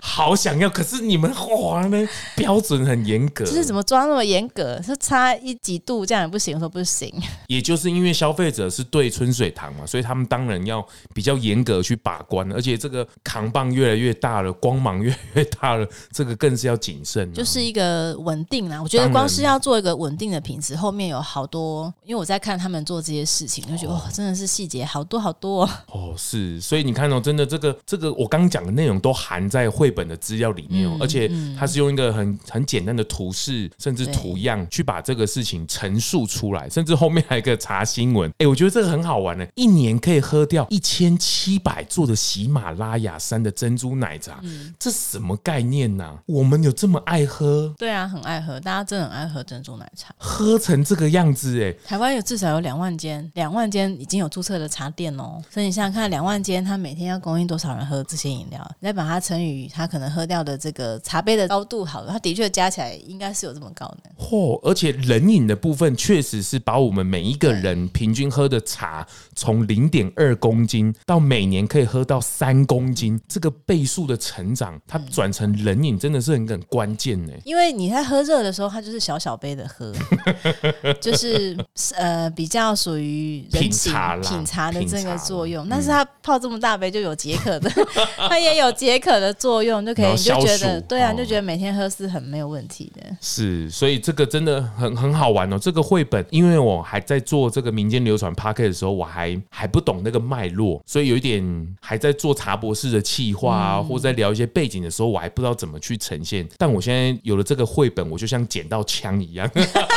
S3: 好想要，可是你们哇呢，标准很严格，
S1: 就是怎么抓那么严格，是差一几度这样也不行。”我说：“不行，
S3: 也就是因为消费者是对春水堂嘛，所以他们当然要比较严格去把关，而且这个扛棒越来越大了，光芒越来越大了，这个更是要谨慎、啊。
S1: 就是一个稳定啊啦。我觉得
S3: 当然
S1: 光是要做一个稳定的品质，后面有好多，因为我在看他们做这些事情，就觉得哇、真的是细节好多好多哦、
S3: 哦，是，所所以你看哦，真的这个这个我刚讲的内容都含在绘本的资料里面哦，而且它是用一个很很简单的图示甚至
S1: 对
S3: 图样去把这个事情陈述出来，甚至后面还有一个查新闻。哎，我觉得这个很好玩呢，一年可以喝掉一千七百座的喜马拉雅山的珍珠奶茶，这什么概念呐、我们有这么爱喝？
S1: 对啊，很爱喝，大家真的很爱喝珍珠奶茶。
S3: 喝成这个样子哎、
S1: 台湾有至少有两万间，两万间已经有注册的茶店哦。所以你想想看，两万间它每天要供应多少人喝这些饮料？你再把它乘以它可能喝掉的这个茶杯的高度，好了，它的确加起来应该是有这么高的。
S3: 嚯、而且冷饮的部分确实是把我们每一个人平均喝的茶从零点二公斤到每年可以喝到三公斤，这个倍数的成长，它转成冷饮真的是很很关键呢、
S1: 因为你在喝热的时候，它就是小小杯的 喝，就是呃比较属于人
S3: 品
S1: 情
S3: 茶啦
S1: 品茶的这个作用
S3: 品。茶啦嗯
S1: 但是它泡这么大杯就有解渴的， 它也有解渴的作用，就可以
S3: 然后
S1: 你就觉
S3: 消
S1: 得
S3: 暑
S1: 对啊，
S3: 哦
S1: 你就觉得每天喝是很没有问题的。
S3: 是，所以这个真的很很好玩哦。这个绘本，因为我还在做这个民间流传 p a c k e t 的时候，我还还不懂那个脉络，所以有一点还在做茶博士的企划啊，或者在聊一些背景的时候，我还不知道怎么去呈现。但我现在有了这个绘本，我就像捡到枪一样。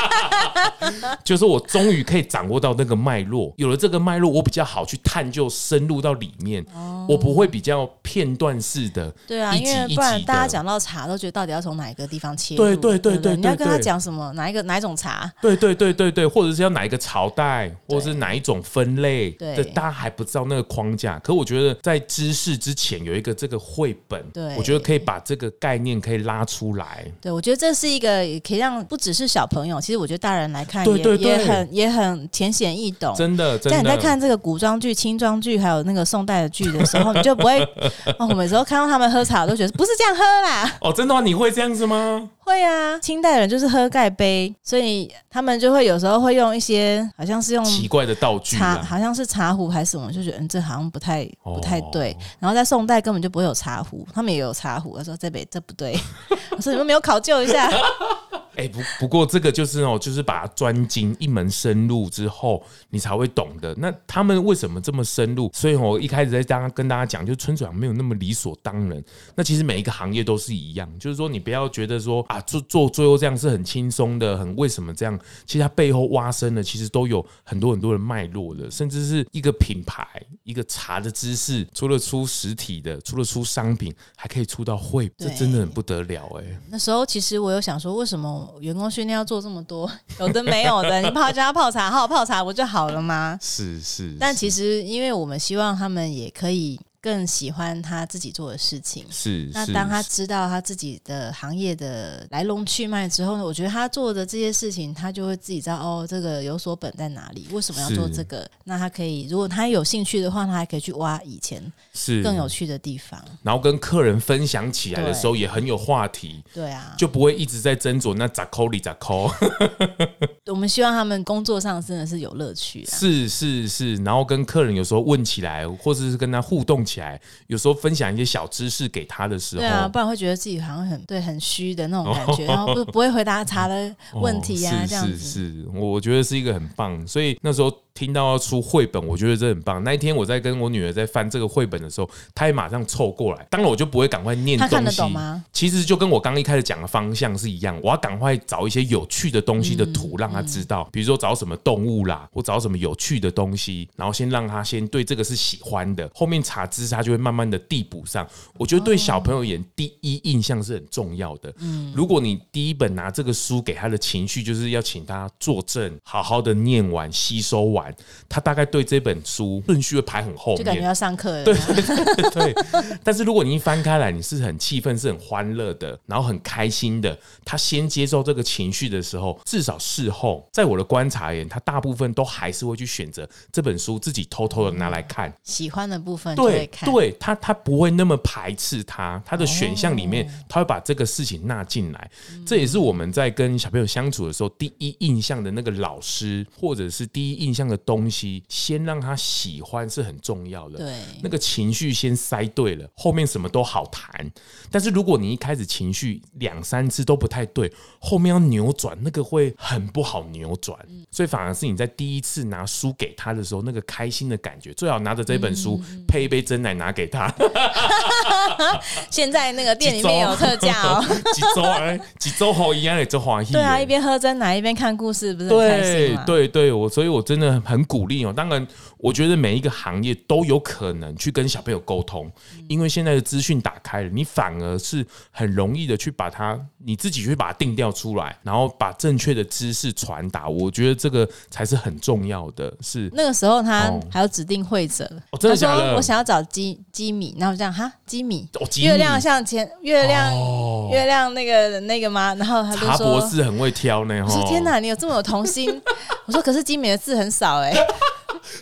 S3: 就是我终于可以掌握到那个脉络，有了这个脉络，我比较好去探究深入到里面，我不会比较片段式的，
S1: 对啊，
S3: 一集
S1: 因为
S3: 一
S1: 不然
S3: 集
S1: 大家
S3: 的
S1: 讲到茶都觉得到底要从哪一个地方切入？
S3: 对对对
S1: 不
S3: 对
S1: 你要
S3: 对
S1: 跟他
S3: 对
S1: 讲什么？哪一个哪一种茶？
S3: 对对对对对，或者是要哪一个朝代，或者是哪一种分类，
S1: 对
S3: 这大家还不知道那个框架。可我觉得在知识之前有一个这个绘本，
S1: 对
S3: 我觉得可以把这个概念可以拉出来。
S1: 对，我觉得这是一个也可以让不只是小朋友，其实我觉得大人来看也
S3: 对对对
S1: 也很也很浅显易懂。
S3: 真的，真的。
S1: 但你在看这个古装剧、清装剧，还有那个宋代的剧的时候，你就不会哦。我每次都看到他们喝茶，我都觉得不是这样喝啦。
S3: 哦，真的吗？你会这样子吗？
S1: 会啊，清代人就是喝盖杯，所以他们就会有时候会用一些好像是用
S3: 奇怪的道具啊
S1: 茶
S3: 啦，
S1: 好像是茶壶还是什么，就觉得嗯，这好像不太
S3: 哦
S1: 不太对。然后在宋代根本就不会有茶壶，他们也有茶壶。我说这杯这不对，我说你们没有考究一下。
S3: 哎、不不过这个就是哦，就是把它专精一门深入之后，你才会懂的。那他们为什么这么深入？所以我、一开始在大家跟大家讲，就春水堂没有那么理所当然。那其实每一个行业都是一样，就是说你不要觉得说啊，做做最后这样是很轻松的，很为什么这样？其实它背后挖深了，其实都有很多很多的脉络的，甚至是一个品牌、一个茶的知识，除了出实体的，除了出商品，还可以出到绘，这
S1: 对
S3: 真的很不得了哎、
S1: 那时候其实我有想说，为什么员工训练要做这么多？有的没有的，你泡叫他泡茶，好好泡茶不就好了吗？
S3: 是是，
S1: 但
S3: 是
S1: 其实，因为我们希望他们也可以更喜欢他自己做的事情。
S3: 是，
S1: 那
S3: 是
S1: 当他
S3: 是
S1: 知道他自己的行业的来龙去脉之后呢，我觉得他做的这些事情，他就会自己知道哦，这个有所本在哪里，为什么要做
S3: 是
S1: 这个？那他可以，如果他有兴趣的话，他还可以去挖以前
S3: 是
S1: 更有，趣的地方。
S3: 然后跟客人分享起来的时候也很有话题，
S1: 对啊，
S3: 就不会一直在斟酌那咋抠里咋抠，
S1: 我们希望他们工作上真的 是有乐趣啊。
S3: 是是是，然后跟客人有时候问起来，或者是跟他互动起来，有时候分享一些小知识给他的时候，
S1: 对啊，不然会觉得自己好像很对很虚的那种感 觉，然后不不会回答他的
S3: 哦
S1: 问题呀、
S3: 是
S1: 这样
S3: 是
S1: 子。
S3: 是，我我觉得是一个很棒，所以那时候听到要出绘本，我觉得这很棒。那一天我在跟我女儿在翻这个绘本的时候，她也马上凑过来，当然我就不会赶快念
S1: 她
S3: 东西，
S1: 看得懂吗
S3: 其实就跟我刚一开始讲的方向是一样，我要赶快找一些有趣的东西的图
S1: 嗯
S3: 让她知道，比如说找什么动物啦，或找什么有趣的东西，然后先让她先对这个是喜欢的，后面查知识她就会慢慢的递补上。我觉得对小朋友而言，第一印象是很重要的。
S1: 哦
S3: 如果你第一本拿这个书给他的情绪，就是要请他作证，好好的念完、吸收完，他大概对这本书顺序会排很后
S1: 就感觉
S3: 面。
S1: 要上课了，
S3: 对对， 但是如果你一翻开来，你是很气愤、是很欢乐的，然后很开心的，他先接受这个情绪的时候，至少事后，在我的观察而言，他大部分都还是会去选择这本书自己偷偷的拿来看。
S1: 喜欢的部分就会
S3: 对
S1: 看。
S3: 对，他他不会那么排斥他，他的选项里面、他会把这个事情纳进来，这也是我们在跟小朋友相处的时候，第一印象的那个老师或者是第一印象的东西，先让他喜欢是很重要的。
S1: 对
S3: 那个情绪先塞对了，后面什么都好谈。但是如果你一开始情绪两三次都不太对，后面要扭转那个会很不好扭转。所以反而是你在第一次拿书给他的时候，那个开心的感觉，最好拿着这本书
S1: 嗯
S3: 配一杯真奶拿给他。
S1: 现在那个店里面有特价 哦。
S3: 几周啊，几周后一样也就欢喜 耶。
S1: 对 啊，一边喝真奶一边看故事，不是很开心
S3: 对
S1: 吗？
S3: 对对，我所以我真的很鼓励哦。当然，我觉得每一个行业都有可能去跟小朋友沟通，
S1: 嗯
S3: 因为现在的资讯打开了，你反而是很容易的去把它你自己去把它定调出来，然后把正确的知识传达。我觉得这个才是很重要的，是
S1: 那个时候他
S3: 哦
S1: 还有指定会者了，
S3: 哦真的假
S1: 他
S3: 的
S1: 说我想要找基基米，然后我这样哈基米，
S3: 哦吉米
S1: 月亮像前月亮、
S3: 哦
S1: 月亮那个那个吗？然后他就
S3: 查
S1: 说
S3: 博，士哦很会挑呢，
S1: 我说
S3: 哈。
S1: 天哪，你有这么有童 心？我说可是基米的字很少哎、
S3: 哦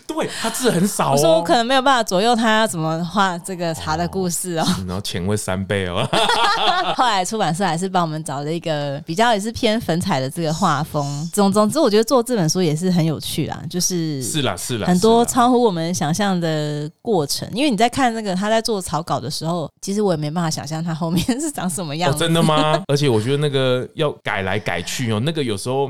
S3: 对他字很少哦。
S1: 我说我可能没有办法左右他怎么画这个茶的故事哦。
S3: 嗯然后钱会三倍哦。
S1: 后来出版社还是帮我们找了一个比较也是偏粉彩的这个画风。总总之，我觉得做这本书也是很有趣啦，就是
S3: 是啦，是啦，
S1: 很多
S3: 是啦
S1: 超乎我们想象的过程。因为你在看那个他在做草稿的时候，其实我也没办法想象他后面是长什么样
S3: 哦，
S1: 子。
S3: 真 的吗？而且我觉得那个要改来改去哦，那个有 时候，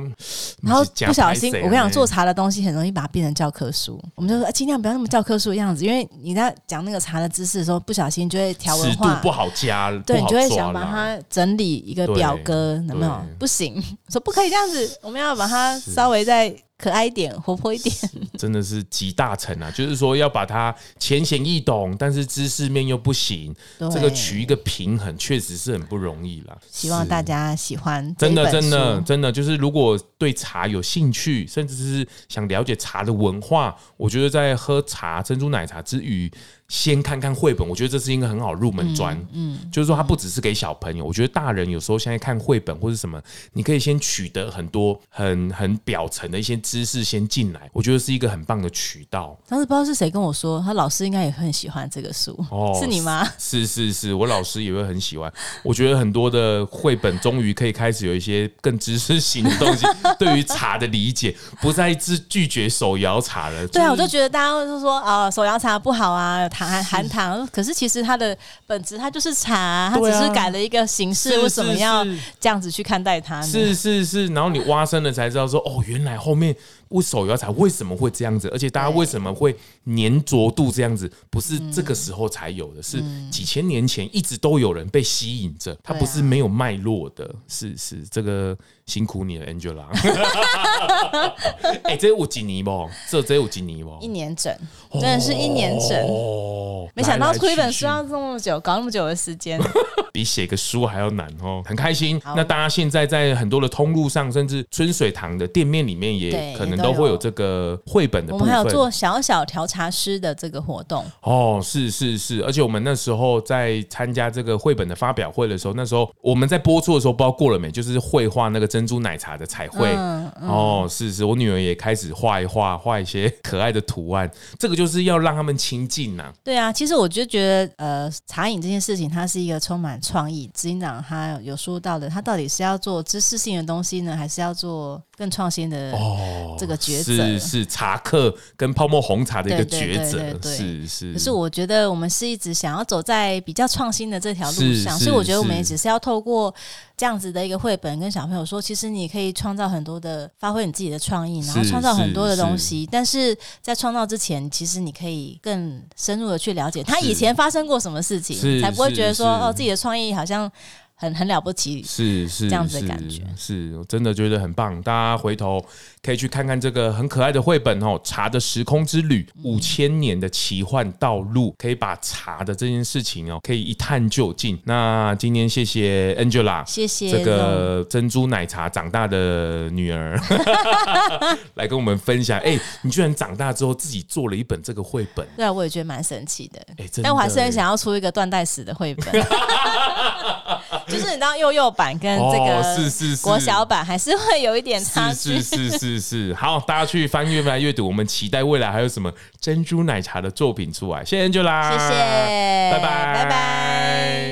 S1: 然后
S3: 不是假啊
S1: 不小心，
S3: 拍谁
S1: 我跟你讲，
S3: 呢
S1: 做茶的东西很容易把它变成教科书。我们就说啊尽量不要那么教科书的样子，因为你在讲那个茶的知识的时候，不小心就会条文
S3: 尺度
S1: 化
S3: 不好加，
S1: 对，
S3: 不
S1: 你
S3: 好
S1: 就会
S3: 抓
S1: 想把
S3: 啦
S1: 它整理一个表格，
S3: 对
S1: 有没有
S3: 对？
S1: 不行， 说不可以这样子，我们要把它稍微再可爱一点、活泼一点。
S3: 真的是集大成啊！就是说要把它浅显易懂，但是知识面又不行，
S1: 对
S3: 这个取一个平衡，确实是很不容易啦。
S1: 希望
S3: 是
S1: 大家喜欢这
S3: 真
S1: 一本
S3: 的
S1: 书，
S3: 真的真的，就是如果对茶有兴趣，甚至是想了解茶的文化，我觉得在喝茶、珍珠奶茶之余，先看看绘本，我觉得这是一个很好入门砖、嗯。就是说它不只是给小朋友，我觉得大人有时候现在看绘本或是什么，你可以先取得很多很很表层的一些知识先进来，我觉得是一个很棒的渠道。
S1: 当时不知道是谁跟我说，他老师应该也很喜欢这个书，
S3: 哦
S1: 是你吗？？
S3: 是是是，我老师也会很喜欢。我觉得很多的绘本终于可以开始有一些更知识型的东西，对于茶的理解，不再是拒绝手摇茶了。
S1: 对啊，我
S3: 就
S1: 就是觉得大家都说啊、手摇茶不好啊，有糖含含糖，可是其实它的本质它就是茶，它
S3: 对
S1: 只
S3: 啊
S1: 是改了一个形式，
S3: 是
S1: 为什么要
S3: 是是
S1: 这样子去看待它呢？
S3: 是是是，然后你挖深了才知道说，哦，原来后面为手摇茶为什么会这样子，而且大家为什么会粘着度这样子，不是这个时候才有的，是几千年前一直都有人被吸引着，它
S1: 嗯对啊
S3: 不是没有脉络的。是是，这个辛苦你了，Angela。哎、这有几年不？这这有几年不？
S1: 一年整，真的是一年整。
S3: 哦，
S1: 没想到
S3: 来来
S1: 出一本
S3: 去
S1: 书
S3: 去
S1: 要这么久，搞那么久的时 间。
S3: 比写个书还要难哦，很开心
S1: 好。
S3: 那大家现在在很多的通路上，甚至春水堂的店面里面，也
S1: 对
S3: 可
S1: 也
S3: 能
S1: 都
S3: 都会
S1: 有
S3: 有这个绘本的
S1: 我
S3: 部
S1: 们还有做
S3: 分。
S1: 小小调茶师的这个活动，
S3: 哦，是是是，而且我们那时候在参加这个绘本的发表会的时候，那时候我们在播出的时候，不知道过了没，就是绘画那个珍珠奶茶的彩绘。
S1: 嗯，
S3: 哦，是是，我女儿也开始画一画，画一些可爱的图案。这个就是要让他们亲近呐、
S1: 对啊。其实我就觉得，呃，茶饮这件事情，它是一个充满创意。执行长他有说到的，他到底是要做知识性的东西呢，还是要做更创新的？
S3: 哦，
S1: 这个抉择
S3: 是是茶客跟泡沫红茶的一个
S1: 对对
S3: 抉
S1: 对
S3: 择
S1: 对，对
S3: 是是。
S1: 可是我觉得我们是一直想要走在比较创新的这条路
S3: 是
S1: 上，
S3: 是
S1: 所以我觉得我们
S3: 是
S1: 也只是要透过这样子的一个绘本跟小朋友说，其实你可以创造很多的，发挥你自己的创意，然后
S3: 是
S1: 创造很多的
S3: 是
S1: 东西。但是在创造之前，其实你可以更深入的去了解他以前发生过什么事
S3: 是
S1: 情，才不会
S3: 是
S1: 觉得说
S3: 是
S1: 哦自己的创意好像很很了不起。
S3: 是是
S1: 这样子的感觉
S3: 是，是我真的觉得很棒。大家回头可以去看看这个很可爱的绘本哦，《茶的时空之旅：
S1: 嗯
S3: 五千年的奇幻道路》，可以把茶的这件事情哦，可以一探究竟。那今天谢谢 Angela，
S1: 谢谢
S3: 这个珍珠奶茶长大的女儿 来跟我们分享。哎、你居然长大之后自己做了一本这个绘本。
S1: 对啊，我也觉得蛮神奇的。
S3: 哎真的
S1: 但我还是很想要出一个断代史的绘 本，就是你知道幼幼版跟嗯这个、
S3: 哦是是是
S1: 国小版还是会有一点差距。
S3: 是是是是是，好，大家去翻阅来阅读，我们期待未来还有什么珍珠奶茶的作品出来。谢谢 Angela，
S1: 谢谢
S3: 拜拜
S1: 拜拜。